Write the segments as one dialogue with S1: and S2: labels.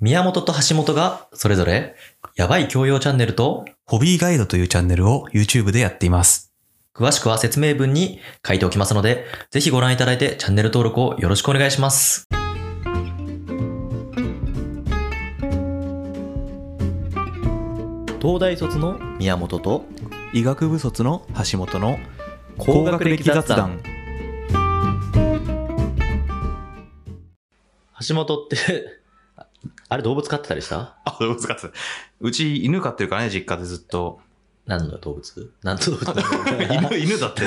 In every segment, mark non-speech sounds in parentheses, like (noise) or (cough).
S1: 宮本と橋本がそれぞれ、やばい教養チャンネルと、
S2: ホビーガイドというチャンネルを YouTube でやっています。
S1: 詳しくは説明文に書いておきますので、ぜひご覧いただいてチャンネル登録をよろしくお願いします。東大卒の宮本と、
S2: 医学部卒の橋本の
S1: 高学歴雑談。橋本って、ああれ動物飼ってたりした
S2: あ、動物飼ってた。うち犬飼ってるからね、実家でずっ (laughs) と。
S1: 何の動物何の動物
S2: 犬、犬だって。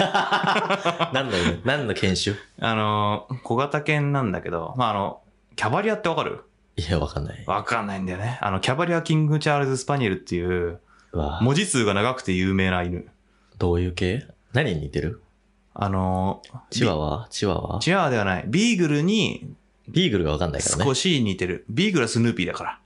S1: 何の犬何の犬種
S2: あのー、小型犬なんだけど、まあ、あの、キャバリアってわかる
S1: いや、わかんない。
S2: わかんないんだよね。あの、キャバリアキングチャールズ・スパニエルっていう、
S1: うわ
S2: 文字数が長くて有名な犬。
S1: どういう系何に似てる
S2: あのー、
S1: チワワチワワ
S2: チワワではない。ビーグルに
S1: ビーグルがわかんないからね。
S2: 少し似てる。ビーグルはスヌーピーだか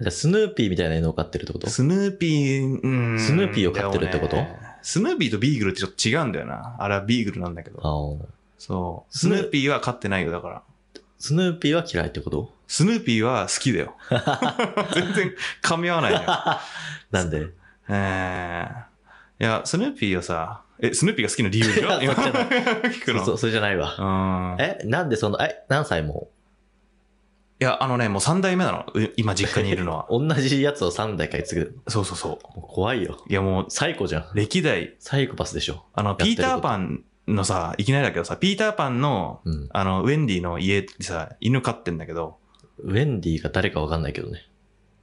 S1: じゃあスヌーピーみたいな犬を飼ってるってこと
S2: ら。スヌーピー、うん。
S1: スヌーピーを飼ってるってこと
S2: でもねスヌーピーとビーグルってちょっと違うんだよな。あれはビーグルなんだけど。
S1: あー
S2: そう。
S1: ス
S2: ス
S1: ヌ
S2: ヌーピーは飼ってないよ、だから。
S1: スヌーピーは嫌いって
S2: (laughs)
S1: こと
S2: スヌーピーは好き
S1: (laughs)
S2: だよ。全然噛み合わないよ。
S1: なんで
S2: えー、いや、スヌーピーをさ、え、スヌーピーが好きな理由で
S1: (laughs)
S2: し
S1: い
S2: ょ
S1: や
S2: 今
S1: そっちじゃな
S2: 聞くの。
S1: そそれじゃないわ。
S2: うん。
S1: え、なんでその、え、何歳も
S2: いや、あのね、もう3代目なの。う今、実家にいるのは。
S1: 同じやつを3代飼い継ぐ。
S2: そうそうそ
S1: もう怖いよ。
S2: う。いや、もう、
S1: サイコじゃん。
S2: 歴代、
S1: サイコパスでしょ。
S2: あの、
S1: ってる
S2: ピーターパンのさ、いきなりだけどさ、ピーターパンの、
S1: うん。
S2: あの、ウェンディの家ってさ、犬飼ってんだけど、
S1: ウェンディが誰かわかんないけどね。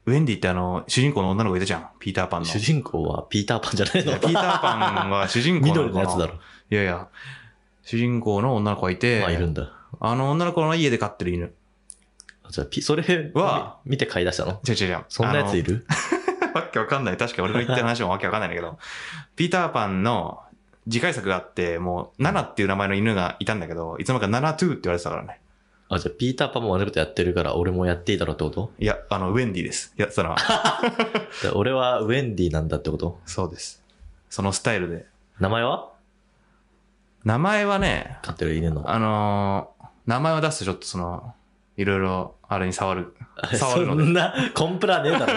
S2: ウェンディってあの、主人公の女の子いたじゃん。ピーターパンの。
S1: 主人公はピーターパンじゃない
S2: い
S1: の
S2: やピータ
S1: (laughs)
S2: ーパンは主人公な
S1: 緑
S2: のか
S1: の
S2: な
S1: やつだろ。
S2: いやいや、主人公の女の子がいて、
S1: まあ、いるんだ。
S2: あの女の子の家で飼ってる犬。
S1: じゃあ、ピそれ
S2: わ
S1: は見て飼い出したの
S2: 違う違う違う。
S1: そんなやついる
S2: あの (laughs) わけわかんない。確か俺が言った
S1: (laughs)
S2: 話もわけわかんないんだけど、ピーターパンの次回作があって、もう、ナナっていう名前の犬がいたんだけど、いつの間にかナナトゥーって言われてたからね。
S1: あ、じゃあ、ピーターパンも悪いことやってるから、俺もやっていいだろうってこと
S2: いや、あの、ウェンディです。やってたのは。
S1: じゃあ俺はウェンディなんだってこと
S2: そうです。そのスタイルで。
S1: 名前は
S2: 名前はね、
S1: 飼ってる犬の。
S2: あのー名前を出すとちょっとその、いろいろ、あれに触る。触る
S1: そ
S2: ので
S1: んな、コンプラねえ
S2: (laughs)
S1: だろ。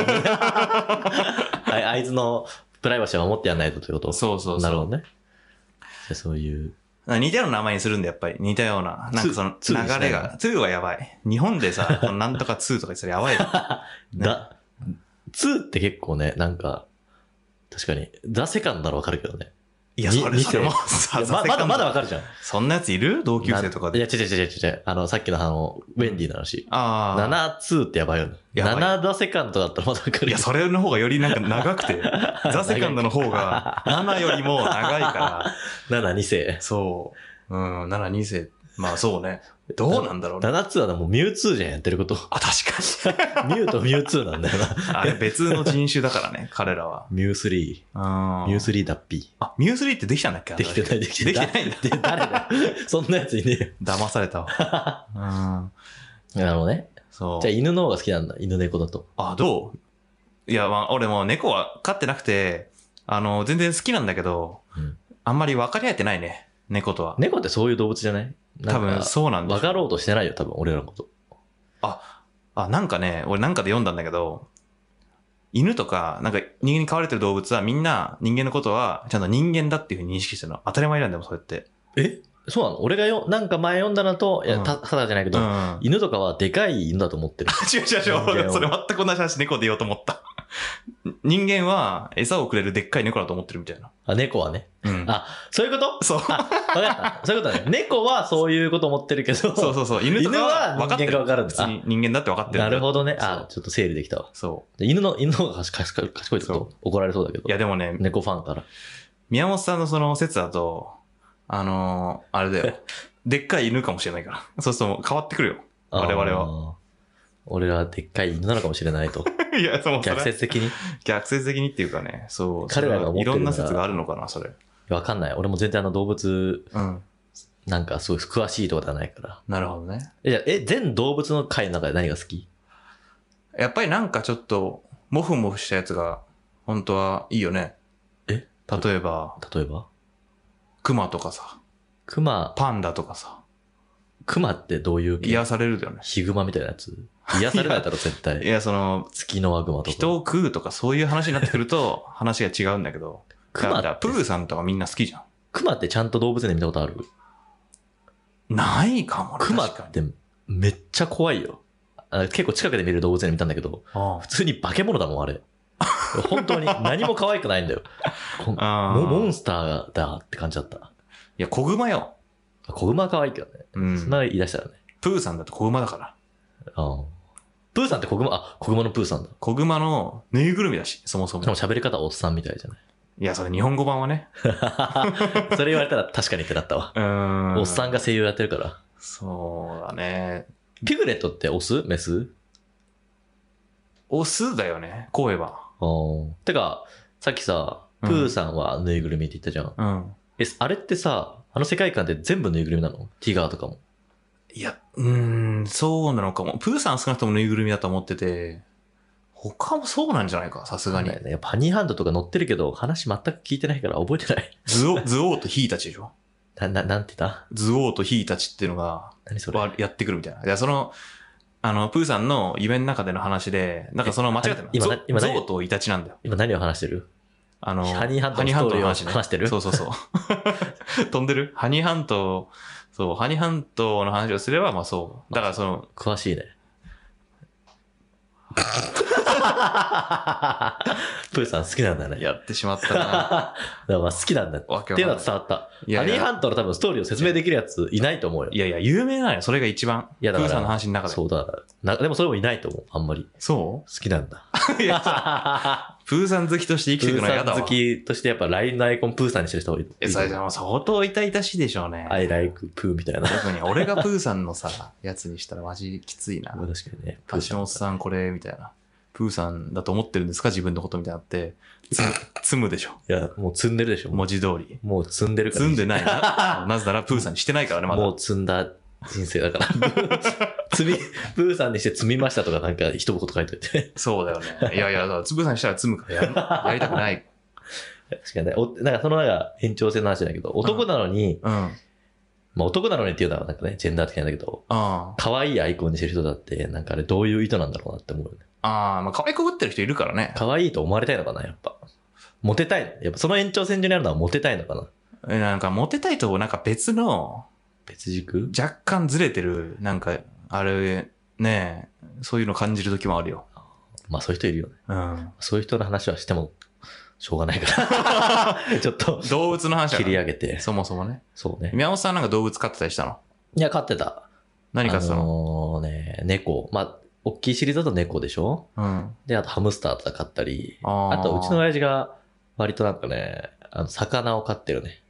S1: はい、あいつのプライバシーは守ってやんないとということ。
S2: そうそうそう。
S1: なるほどね。じゃあそういう。
S2: 似たような名前にするんだ、やっぱり。似たよ
S1: (laughs)
S2: うな。なんかその、
S1: ツーツーにしない
S2: 流れが。ツーはやばい。日本で
S1: (laughs)
S2: さ、このなんとかツーとか言ってたらやばいよ。ね
S1: だ、2って結構ね、なんか、確かに、ザ・セカンドならわかるけどね。
S2: いや、
S1: に
S2: それ、
S1: に
S2: それもう
S1: い
S2: さ、
S1: やま
S2: 座席
S1: まだまだ
S2: 感
S1: わかるじゃん。
S2: そんなやついる同級生とか
S1: い
S2: で。
S1: や、違う違う違う違う。あの、さっきのあの、ウェンディの話。
S2: ああ。
S1: 7-2ってやばいよね。
S2: やばい
S1: 7ザ・セカンドだったらまだわかる
S2: いや、それの方がよりなんか長くて。
S1: (laughs)
S2: ザ・セカンドの方が、7よりも長い
S1: (laughs)
S2: か
S1: 7、2世
S2: ら。。そう。うん、7、2世。まあそうね。どうなんだろうね。
S1: 7-2はでもミュウツーじゃん、やってること。
S2: あ、確か
S1: ミュウとミュウツーなんだよな。
S2: に。あれ、別の人種だからね、彼らは。
S1: ミュウスリ
S2: うん
S1: ー。ミュウスリー脱皮。
S2: あ、ミュースリーってできたんだっけ
S1: できてない、できてない。
S2: できてないんだ
S1: で誰だよそんなやついねえ
S2: 騙され
S1: (laughs)
S2: たわ。
S1: よ。なるほどね。
S2: うん。そう。
S1: じゃあ犬の方が好きなんだ。犬猫だと。
S2: あ、どういや、まあ、俺もう猫は飼ってなくて、あの、全然好きなんだけど、
S1: うん
S2: あんまり分かり合えてないね、猫とは。
S1: 猫ってそういう動物じゃない
S2: 多分、そうなんだ
S1: 分。かろうとしてないよ、多分俺らのこと。
S2: あ、なんかね、俺なんかで読んだんだけど、犬とか、なんか人間に飼われてる動物はみんな人間のことはちゃんと人間だっていうふうに認識してるの。当たり前なんだよ、そうやって。
S1: えそうなの俺がよ、なんか前読んだなと、いや、
S2: うん
S1: た、ただじゃないけ
S2: う
S1: ど、
S2: ん。
S1: 犬とかはでかい犬だと思ってる。
S2: 違う違う
S1: 人間
S2: 違う。
S1: を
S2: それ全く同じ話、猫で言おうと思った。人間は餌をくれるでっかい猫だと思ってるみたいな。
S1: あ、猫はね。
S2: うん。
S1: あ、そういうこと
S2: そう。
S1: 分かった。そういうことね。猫はそういうこと思ってるけど、
S2: そうそうそう。犬と
S1: 犬
S2: か
S1: は
S2: 分かって
S1: 人間が
S2: る。
S1: 分かるん
S2: 普
S1: だ。
S2: 通に人間だって分かってるんだ
S1: な
S2: よ。
S1: るほどね。
S2: そ
S1: あ
S2: う、
S1: ちょっと整理できたわ。
S2: そ
S1: で犬の、犬の方が賢い賢いってこと怒られそうだけど
S2: う。い。や、でもね、
S1: 猫ファンから。
S2: 宮本さんのその説だと、あのーあれだ
S1: (laughs)
S2: よ。でっかい犬かもしれないから。そうするともう変わってくるよ。 (laughs) 我々
S1: は。俺らはでっかい犬なのかもしれない
S2: (laughs)
S1: と。
S2: いや、そう、それ
S1: 逆説的に。
S2: 逆説的にっていうかね、そう。
S1: 彼らが思ってる
S2: それはいろんな説があるのかな、それ。
S1: わかんない。俺も全然あの動物、
S2: うん。
S1: なんかすごい詳しいとかではないから。
S2: なるほどね。
S1: え、じゃあえ、全動物の会の中で何が好き
S2: やっぱりなんかちょっと、もふもふしたやつが、本当はいいよね。
S1: え
S2: 例えば、
S1: 例えば
S2: クマとかさ、
S1: 熊、
S2: パンダとかさ。
S1: 熊ってどういう系
S2: 癒されるだよね。
S1: ヒグマみたいなやつ。癒されないだろ、絶
S2: い
S1: 対。
S2: や、その、
S1: 月のワグマとか。
S2: 人を食うとかそういう話になってく
S1: (laughs)
S2: ると話が違うんだけど。
S1: 熊
S2: だから
S1: って
S2: プ、ーさんとかみんな好きじゃ
S1: 熊ってちゃんと動物園で見たことある
S2: ん。ないかもね。
S1: 熊
S2: 確か
S1: っ
S2: に
S1: てめっちゃ怖いよ。あ結構近くで見る動物園で見たんだけど、
S2: あ
S1: 普通に化け物だもん、あれ。
S2: (laughs)
S1: 本当に何も可愛くないんだよ。こん
S2: あ
S1: モモン
S2: ス。
S1: スターだって感じだった。
S2: いや、子熊よ。
S1: 子熊は可愛いけどね。
S2: うん
S1: そんな言い出したらね。
S2: プーさんだと子馬だから。
S1: うんプーさんって子熊、あ、子熊のプーさんだ。
S2: 子熊のぬいぐるみだし、そもそ
S1: しかも。
S2: も
S1: 喋り方おっさんみたいじゃ
S2: いや、それ日本語版はね。 (laughs)
S1: ない。それ言われたら確かにってなったわ。
S2: うーん。
S1: おっさん
S2: ん。
S1: が声優やってるから。
S2: そうだね。
S1: ピグレットってオスメス
S2: オスだよね、声は。
S1: うんてか、さっきさ、プーさんはぬいぐるみって言ったじゃん。
S2: うん。
S1: え、あれってさ、あの世界観って全部ぬいぐるみなのティガーとかも。
S2: いや、うーん、そうなのかも。プーさん少なくともぬいぐるみだと思ってて、他もそうなんじゃないか、さすがに
S1: わか。んないねやっぱハニーハンドとか乗ってるけど、話全く聞いてないから覚えてない。 (laughs)
S2: ズオ、ズオーとヒーたちでしょ
S1: な、な、なんて言った
S2: ズオーとヒーたちっていうのが、
S1: 何それ
S2: わやってくるみたいな。いや、その、あの、プーさんの夢の中での話で、なんかその間違ってない。
S1: 今な
S2: ゾ
S1: 今
S2: ゾ
S1: 何
S2: ウとイタチなんだよ。
S1: 今何を話してる
S2: あの、
S1: ハニーハント
S2: ハ
S1: の
S2: ニ
S1: ス
S2: ーハ
S1: トー
S2: ント
S1: リ
S2: の
S1: ーを
S2: 話ね。
S1: 話してる
S2: そうそうそう。 (laughs) 飛んでるハニーハント、そう、ハニーハントの話をすれば、まあそう。だからその、
S1: 詳しい
S2: (laughs)
S1: ね。プーさん好きなんだね。
S2: やってしま
S1: (laughs)
S2: った
S1: だ
S2: な。
S1: からまあ好きなんだ。っ
S2: わけ
S1: て
S2: わか
S1: いうんの
S2: な
S1: は
S2: い
S1: 伝わった。
S2: いや
S1: ハ
S2: い
S1: ニー
S2: や
S1: ハントの多分ストーリーを説明できるやついないと思うよ。
S2: いやいや、有名なのよ。それが一番。
S1: いやだ
S2: プ
S1: か
S2: ー
S1: ら
S2: さんの話の中で。
S1: そうだな。でもそれもいないと思う。あんまり。
S2: そ
S1: 好きなんだ。
S2: う (laughs) いやそうプーさん好きとして生
S1: プ
S2: きてい
S1: ー
S2: くのは
S1: さ
S2: やだ
S1: ん好
S2: わ。い
S1: きとしてやっぱ LINE のアイコンプーさんにしてる人多い。
S2: や、それじゃもう相当痛々しいでしょうね。
S1: I like プーみたいな。
S2: 特に俺がプーさんのさ、やつにしたらマジきつい (laughs) な。
S1: 確かにね。プー
S2: 橋
S1: さん
S2: 本さんこれ、みたいな。プーさんだと思ってるんですか自分のことみたいになって。つむ、つむでしょ。
S1: いや、もう積んでるでしょ。も
S2: 文字通り。
S1: うもう積んでるから。
S2: 積んでない (laughs) な。なぜならプーさんにしてないからね、まだ。
S1: もう積んだ人生だから。 (laughs) 積み、プーさんにして積みましたとかなんか一言書いといて。
S2: そうだよね。いやいや、だからプーさんにしたら積むからややりたくない。
S1: 確かにね。おなんかそのなんか延長線の話だけど、男なのに、
S2: うん。うん。
S1: まあ男なのにっていうのはなんかね、ジェンダー的なんだけど、
S2: あ
S1: 可愛いアイコンにしてる人だって、なんかあれどういう意図なんだろうなって思うよね。
S2: あー、まあ、可愛くぶってる人いるからね。
S1: 可愛いと思われたいのかな、やっぱ。モテたい。やっぱその延長線上にあるのはモテたいのかな。
S2: えなんか、モテたいと、なんか別の、
S1: 別軸
S2: 若干ずれてる、なんか、あれ、ねえ、そういうの感じる時もあるよ。
S1: まあそういう人いるよね。 (laughs)
S2: うん。
S1: そういう人の話はしても、しょうがないから。 (laughs) ちょっと、
S2: 動物の話は
S1: 切り上げて。
S2: そもそもね。
S1: そうね。
S2: 宮本さんなんか動物飼ってたりしたの
S1: いや、飼ってた。
S2: 何かそ
S1: あ
S2: の、
S1: のね、猫。まあ、大きいシリーズだと猫でしょ
S2: うん。
S1: で、あとハムスターとか飼ったり。
S2: あ
S1: あ
S2: ー
S1: と、うちの親父が、割となんかね、あの、魚を飼ってるね。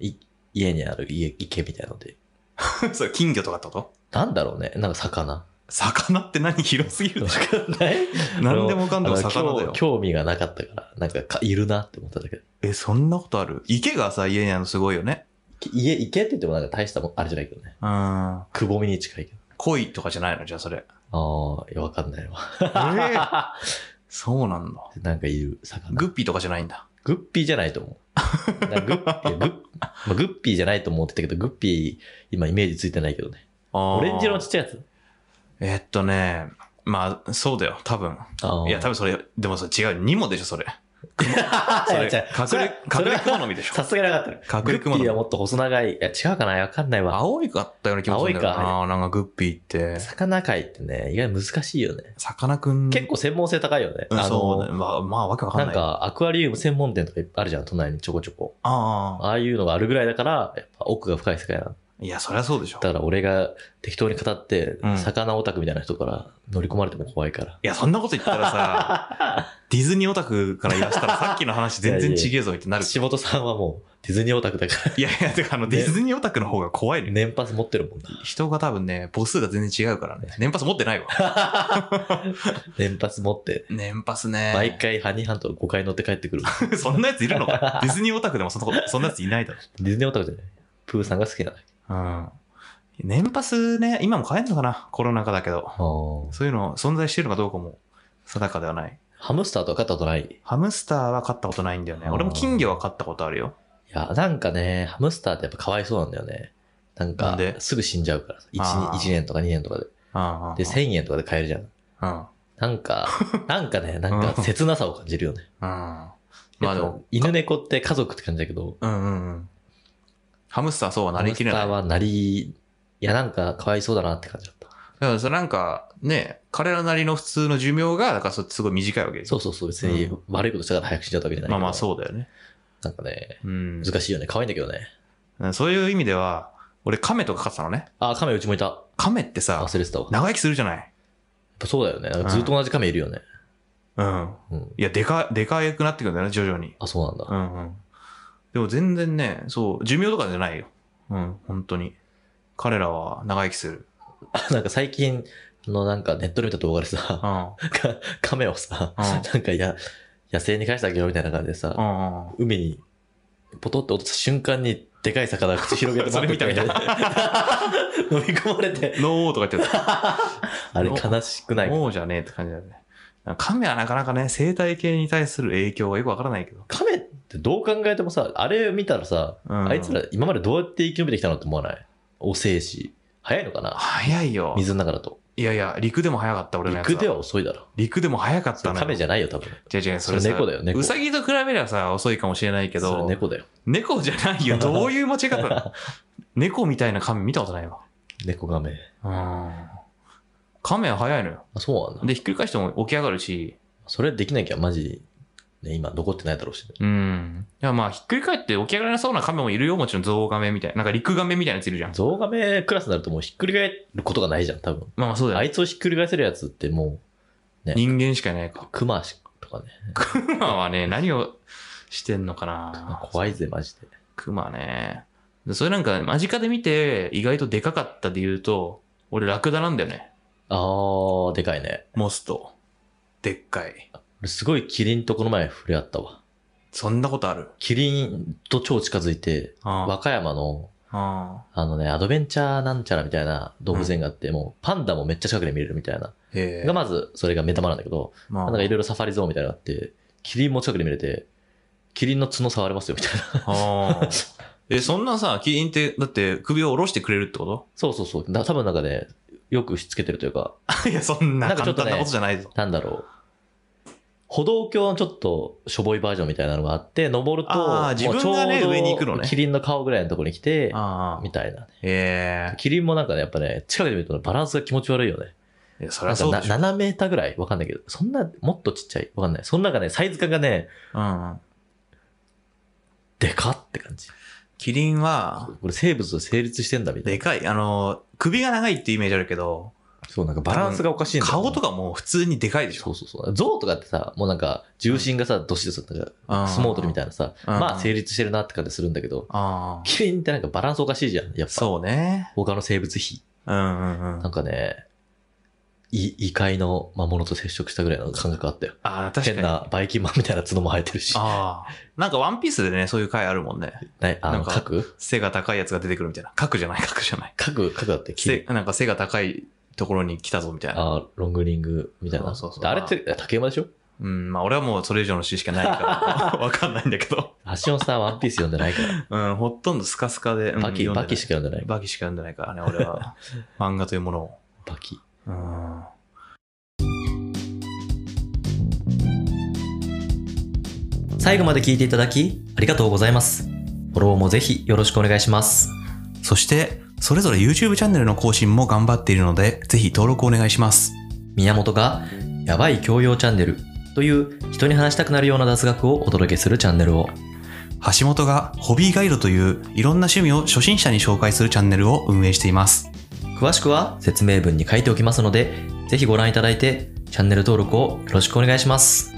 S1: い、家にある家、池みたいので。
S2: (laughs) そう、金魚とかってこと
S1: なんだろうね。なんか魚。
S2: 魚って何広すぎるでしょ。
S1: わかんない
S2: 何 (laughs) でもかんでも魚だ
S1: あの興
S2: よ。
S1: 興味がなかったから、なんかか、いるなって思っただけで。
S2: え、そんなことある池がさ、家にあるのすごいよね。
S1: き家、池って言ってもなんか大したもん、あれじゃないけどね。
S2: うん。
S1: くぼみに近いけ
S2: 恋とかじゃないのじゃあ
S1: (laughs)
S2: それ。
S1: ど。ああ、いや、わかんないわ。
S2: えーそうなんだ。
S1: (laughs) なんかいる、魚。
S2: グッピーとかじゃないんだ。
S1: グッピーじゃないと思う。なんかグッピー、グッ、まあ、グッピーじゃないと思ってたけど、グッピー、今イメージついてないけどね。
S2: オ
S1: オレンジ色のちっちゃいやつ。
S2: えっとね、まあ、そうだよ、多分。
S1: あー
S2: いや、多分それ、でもそれ違う、ニモでしょ、それ。そ
S1: い
S2: れ、
S1: や違う
S2: 隠
S1: それ
S2: れ、隠れ雲の実でしょ
S1: さ。すがになかったね。
S2: 隠れ
S1: グ
S2: 雲
S1: ッ
S2: の
S1: ピーはもっと細長い。いや、違うかなわかんないわ。
S2: 青いかあったような気もするんだよ
S1: 青い
S2: な。なんかグッピーって、
S1: 魚界ってね、意外に難しいよね。
S2: さかなクン。
S1: 結構専門性高いよね。
S2: うん、
S1: あの
S2: そうだね。まあ、まあ、わけわかん
S1: な
S2: なんい。
S1: か、アクアリウム専門店とかいっぱいあるじゃん、都内にちょこちょこ。
S2: ああ。
S1: ああいうのがあるぐらいだから、やっぱ奥が深い世界なんだ。
S2: いや、そりゃそうでしょ。
S1: だから俺が適当に語って
S2: う、ん
S1: 魚オタクみたいな人から乗り込まれても怖いから。
S2: いや、そんなこと言ったらさ、
S1: (laughs)
S2: ディズニーオタクからいらしたらさっきの話全然ちげえぞってなる。
S1: 橋本さんはもうディズニーオタクだから、
S2: いやいや、てかあの、
S1: ね
S2: ディズニーオタクの方が怖いね。
S1: 年パス持ってるもんな。
S2: 人が多分ね、母数が全然違
S1: (laughs)
S2: うからね。年パス持ってないわ。
S1: 年パス持って、
S2: 年パスね。
S1: 毎回ハニーハント5回乗って帰ってくる。
S2: (laughs) そんなやついる
S1: (laughs)
S2: のかディズニーオタクでもそんなこと、そんなやついないだろ。
S1: ディズニーオタクじゃない。プーさんが好きなの。
S2: うん。年パスね、今も買えんのかなコロナ禍だけど。そういうの存在してるのかどうかも定かではない。
S1: ハムスターとは飼ったことない。い
S2: ハムスターは買ったことないんだよね。
S1: あー
S2: 俺も金魚は買ったことあるよ。
S1: や、なんかね、ハムスターってやっぱかわいそうなんだよね。なん
S2: な
S1: か
S2: んで、
S1: すぐ死んじゃうからさ。
S2: あー
S1: 1, 年とか2年とかで。
S2: うんうん
S1: で、1000円とかで買えるじゃん。
S2: うん。
S1: なん
S2: (laughs)
S1: か、なんかね、なんか切なさを感じるよね。
S2: うん。ま
S1: ま
S2: あ
S1: あ
S2: でも、
S1: 犬猫って家族って感じだけど、
S2: うんうんうん。ハムスターそうはなりきれ
S1: ハ
S2: ない。
S1: ムスターはなり、いやなんかかわいそうだなって感じだった。
S2: だからそれなんか、ね、彼らなりの普通の寿命が、だからそすごい短いわけです
S1: そ
S2: よ。
S1: うそうそう、別に
S2: うん
S1: 悪いことしたから早く死んじゃったわけじゃないけ
S2: まあ
S1: ど
S2: まあそうだよね。
S1: なんかね、
S2: うん。
S1: 難しいよね。可愛いんだけどね。
S2: そういう意味では、俺亀とか飼ってたのね。
S1: あ、亀うちもいた。
S2: 亀ってさ、
S1: 忘れてたわ。やっ
S2: 長生きするじゃない。
S1: ぱそうだよね。なんかずっと同じ亀いるよね。
S2: うん。
S1: うん。
S2: いや、でか、でかくなってくるんだよね、徐々に。
S1: あ、そうなんだ。
S2: うんうん。でも全然ね、そう、寿命とかじゃないよ。うん、本当に。彼らは長生きする。
S1: (laughs) なんか最近のなんかネットで見た動画で
S2: う
S1: さ、
S2: ん。うん。
S1: か亀をさ、
S2: うん
S1: なんかや野生に返してあげようみたいな感じでさ、
S2: うんうん。
S1: 海にポトって落とした瞬間にでかい魚が口広げて
S2: それ見た見た
S1: バッと (laughs) 飲み込まれて、
S2: ノーとか言ってた。
S1: あれ悲しくない
S2: ノーじゃねえって感じだよね。亀はなかなかね、生態系に対する影響がよくわからないけど。
S1: 亀ってどう考えてもさ、あれ見たらさ、
S2: うん
S1: あいつら今までどうやって生き延びてきたのって思わない遅えし、早いのかな
S2: 早いよ。
S1: 水の中だと。
S2: いやいや、陸でも早かった、俺のやつ
S1: 陸では遅いだろ。
S2: 陸でも早かっ
S1: そ
S2: た
S1: れ
S2: のよ。
S1: 亀じゃないよ、多分。
S2: 違う違う、それ
S1: そ
S2: さ
S1: れ猫だよ猫
S2: うさぎと比べればさ、遅いかもしれないけ
S1: それ
S2: ど、
S1: 猫だよ。
S2: 猫じゃない (laughs) よ。どういう間違い方なの猫みたいな亀見たことないわ。
S1: 猫亀。
S2: うん。亀は早いのよ。
S1: あ、そうなんだ。
S2: で、ひっくり返しても起き上がるし、
S1: それできなきゃマジ、ね、今残ってないだろうしね。
S2: うん。いや、まあ、ひっくり返って起き上がれなそうな亀もいるよ。もちろん、ゾウガメみたいな。なんか陸ガメみたいなやついるじゃん。
S1: ゾウガメクラスになるともうひっくり返ることがないじゃん、多分。
S2: まあまあ、そうだよ
S1: あ
S2: ね。
S1: いつをひっくり返せるやつってもね
S2: 人間しかいないか
S1: う、。クマとかね。
S2: クマは (laughs) ね、何をしてんのかな。
S1: 怖いぜ、マジで。
S2: クマね。でそれなんか、間近で見て、意外とでかかったで言うと、俺、ラクダなんだよね。
S1: あー、でかいね。
S2: モスと。でっかい。
S1: 俺すごいキリンとこの前触れ合ったわ。
S2: そんなことある
S1: キリンと超近づいて、和
S2: あ
S1: 歌山の、
S2: あ。ああ。
S1: あのね、アドベンチャーなんちゃらみたいな動物園があって、もうパンダもめっちゃ近くで見れるみたいな。
S2: へえ。
S1: がまず、それが目玉なんだけど、
S2: ま
S1: なんかいろいろサファリゾーンみたいなのがあって、キリンも近くで見れて、キリンの角触れますよみたいな。 (laughs)
S2: ああ。 (laughs) え、そんなさ、キリンって、だって首を下ろしてくれるってこ
S1: そうそうそう。な多分なんかね、よくしつけてるというか、
S2: と (laughs) いや、そんな
S1: なんかちょっ
S2: 簡
S1: と
S2: 単
S1: ね
S2: なことじゃないぞ。
S1: なんだろう。歩道橋のちょっとしょぼいバージョンみたいなのがあって、登ると、
S2: あー自分が
S1: も
S2: ね
S1: うちょうど
S2: 上に行くのね
S1: キリンの顔ぐらいのところに来て、
S2: ああ。
S1: みたいな。
S2: え
S1: キリンもなんかね、やっぱね、近くで見るとねバランスが気持ち悪いよね。
S2: え。いや、そり
S1: な
S2: ゃ
S1: んか
S2: そう
S1: な
S2: でしょ。
S1: 7メーターぐらいわかんないけど、そんな、もっとちっちゃいわかんない。その中ね、サイズ感がね、
S2: うんうん。
S1: でかって感じ。
S2: キリンは、
S1: これ生物と成立してんだみたい
S2: でかい。あの、首が長いってイメージあるけど、
S1: な。そう、なんかバランスがおかしいんだよね
S2: 顔とかも普通にでかいでし
S1: そ
S2: ょ。
S1: うそうそう。象とかってさ、もうなんか、重心がさ、どっしりとなんか相撲取りみた
S2: い
S1: いなさ、
S2: うん
S1: まあ成立してるなって感じするんだけど、
S2: ああ。
S1: キリンってなんかバランスおかしいじゃん。やっぱ、
S2: そうね。
S1: 他の生物比。
S2: うんうんうん。
S1: な
S2: あ
S1: んかね、い異界の魔物と接触したぐらいの感覚あったよ。
S2: あ、確か
S1: 変
S2: に。あ
S1: なバイキンマンみたいな角も生えてるし。
S2: あ。なんかワンピースでね、そういう回あるもんね。
S1: ないあ
S2: なん
S1: の、
S2: か
S1: 角
S2: 背が高いやつが出てくるみたいな。角じゃない、角じゃない。
S1: 角角だってキリン
S2: 背、なんか背が高いところに来たぞみたいな。
S1: あーロングリングみたいな。
S2: そうそうそう
S1: であれって竹馬でしょ
S2: うん、まあ俺はもうそれ以上の詩しかない
S1: (laughs)
S2: から、わかんないんだけど。
S1: 橋本さんはワンピース読んでないから。
S2: うん、ほとんどスカスカで。うん
S1: バキ、
S2: 読んでない
S1: バキしか読んでない。
S2: バキしか読んでないからね、俺は。 (laughs) 漫画というものを。
S1: バキ。
S2: うん。
S3: 最後まで聞いていただきありがとうございます。フォローもぜひよろしくお願いします。
S2: そして、それぞれ YouTube チャンネルの更新も頑張っているので、ぜひ登録お願いします。
S3: 宮本がやばい教養チャンネルという人に話したくなるような雑学をお届けするチャンネルを
S2: 橋本がホビーガイドといういろんな趣味を初心者に紹介するチャンネルを運営しています。
S3: 詳しくは説明文に書いておきますのでぜひご覧いただいてチャンネル登録をよろしくお願いします。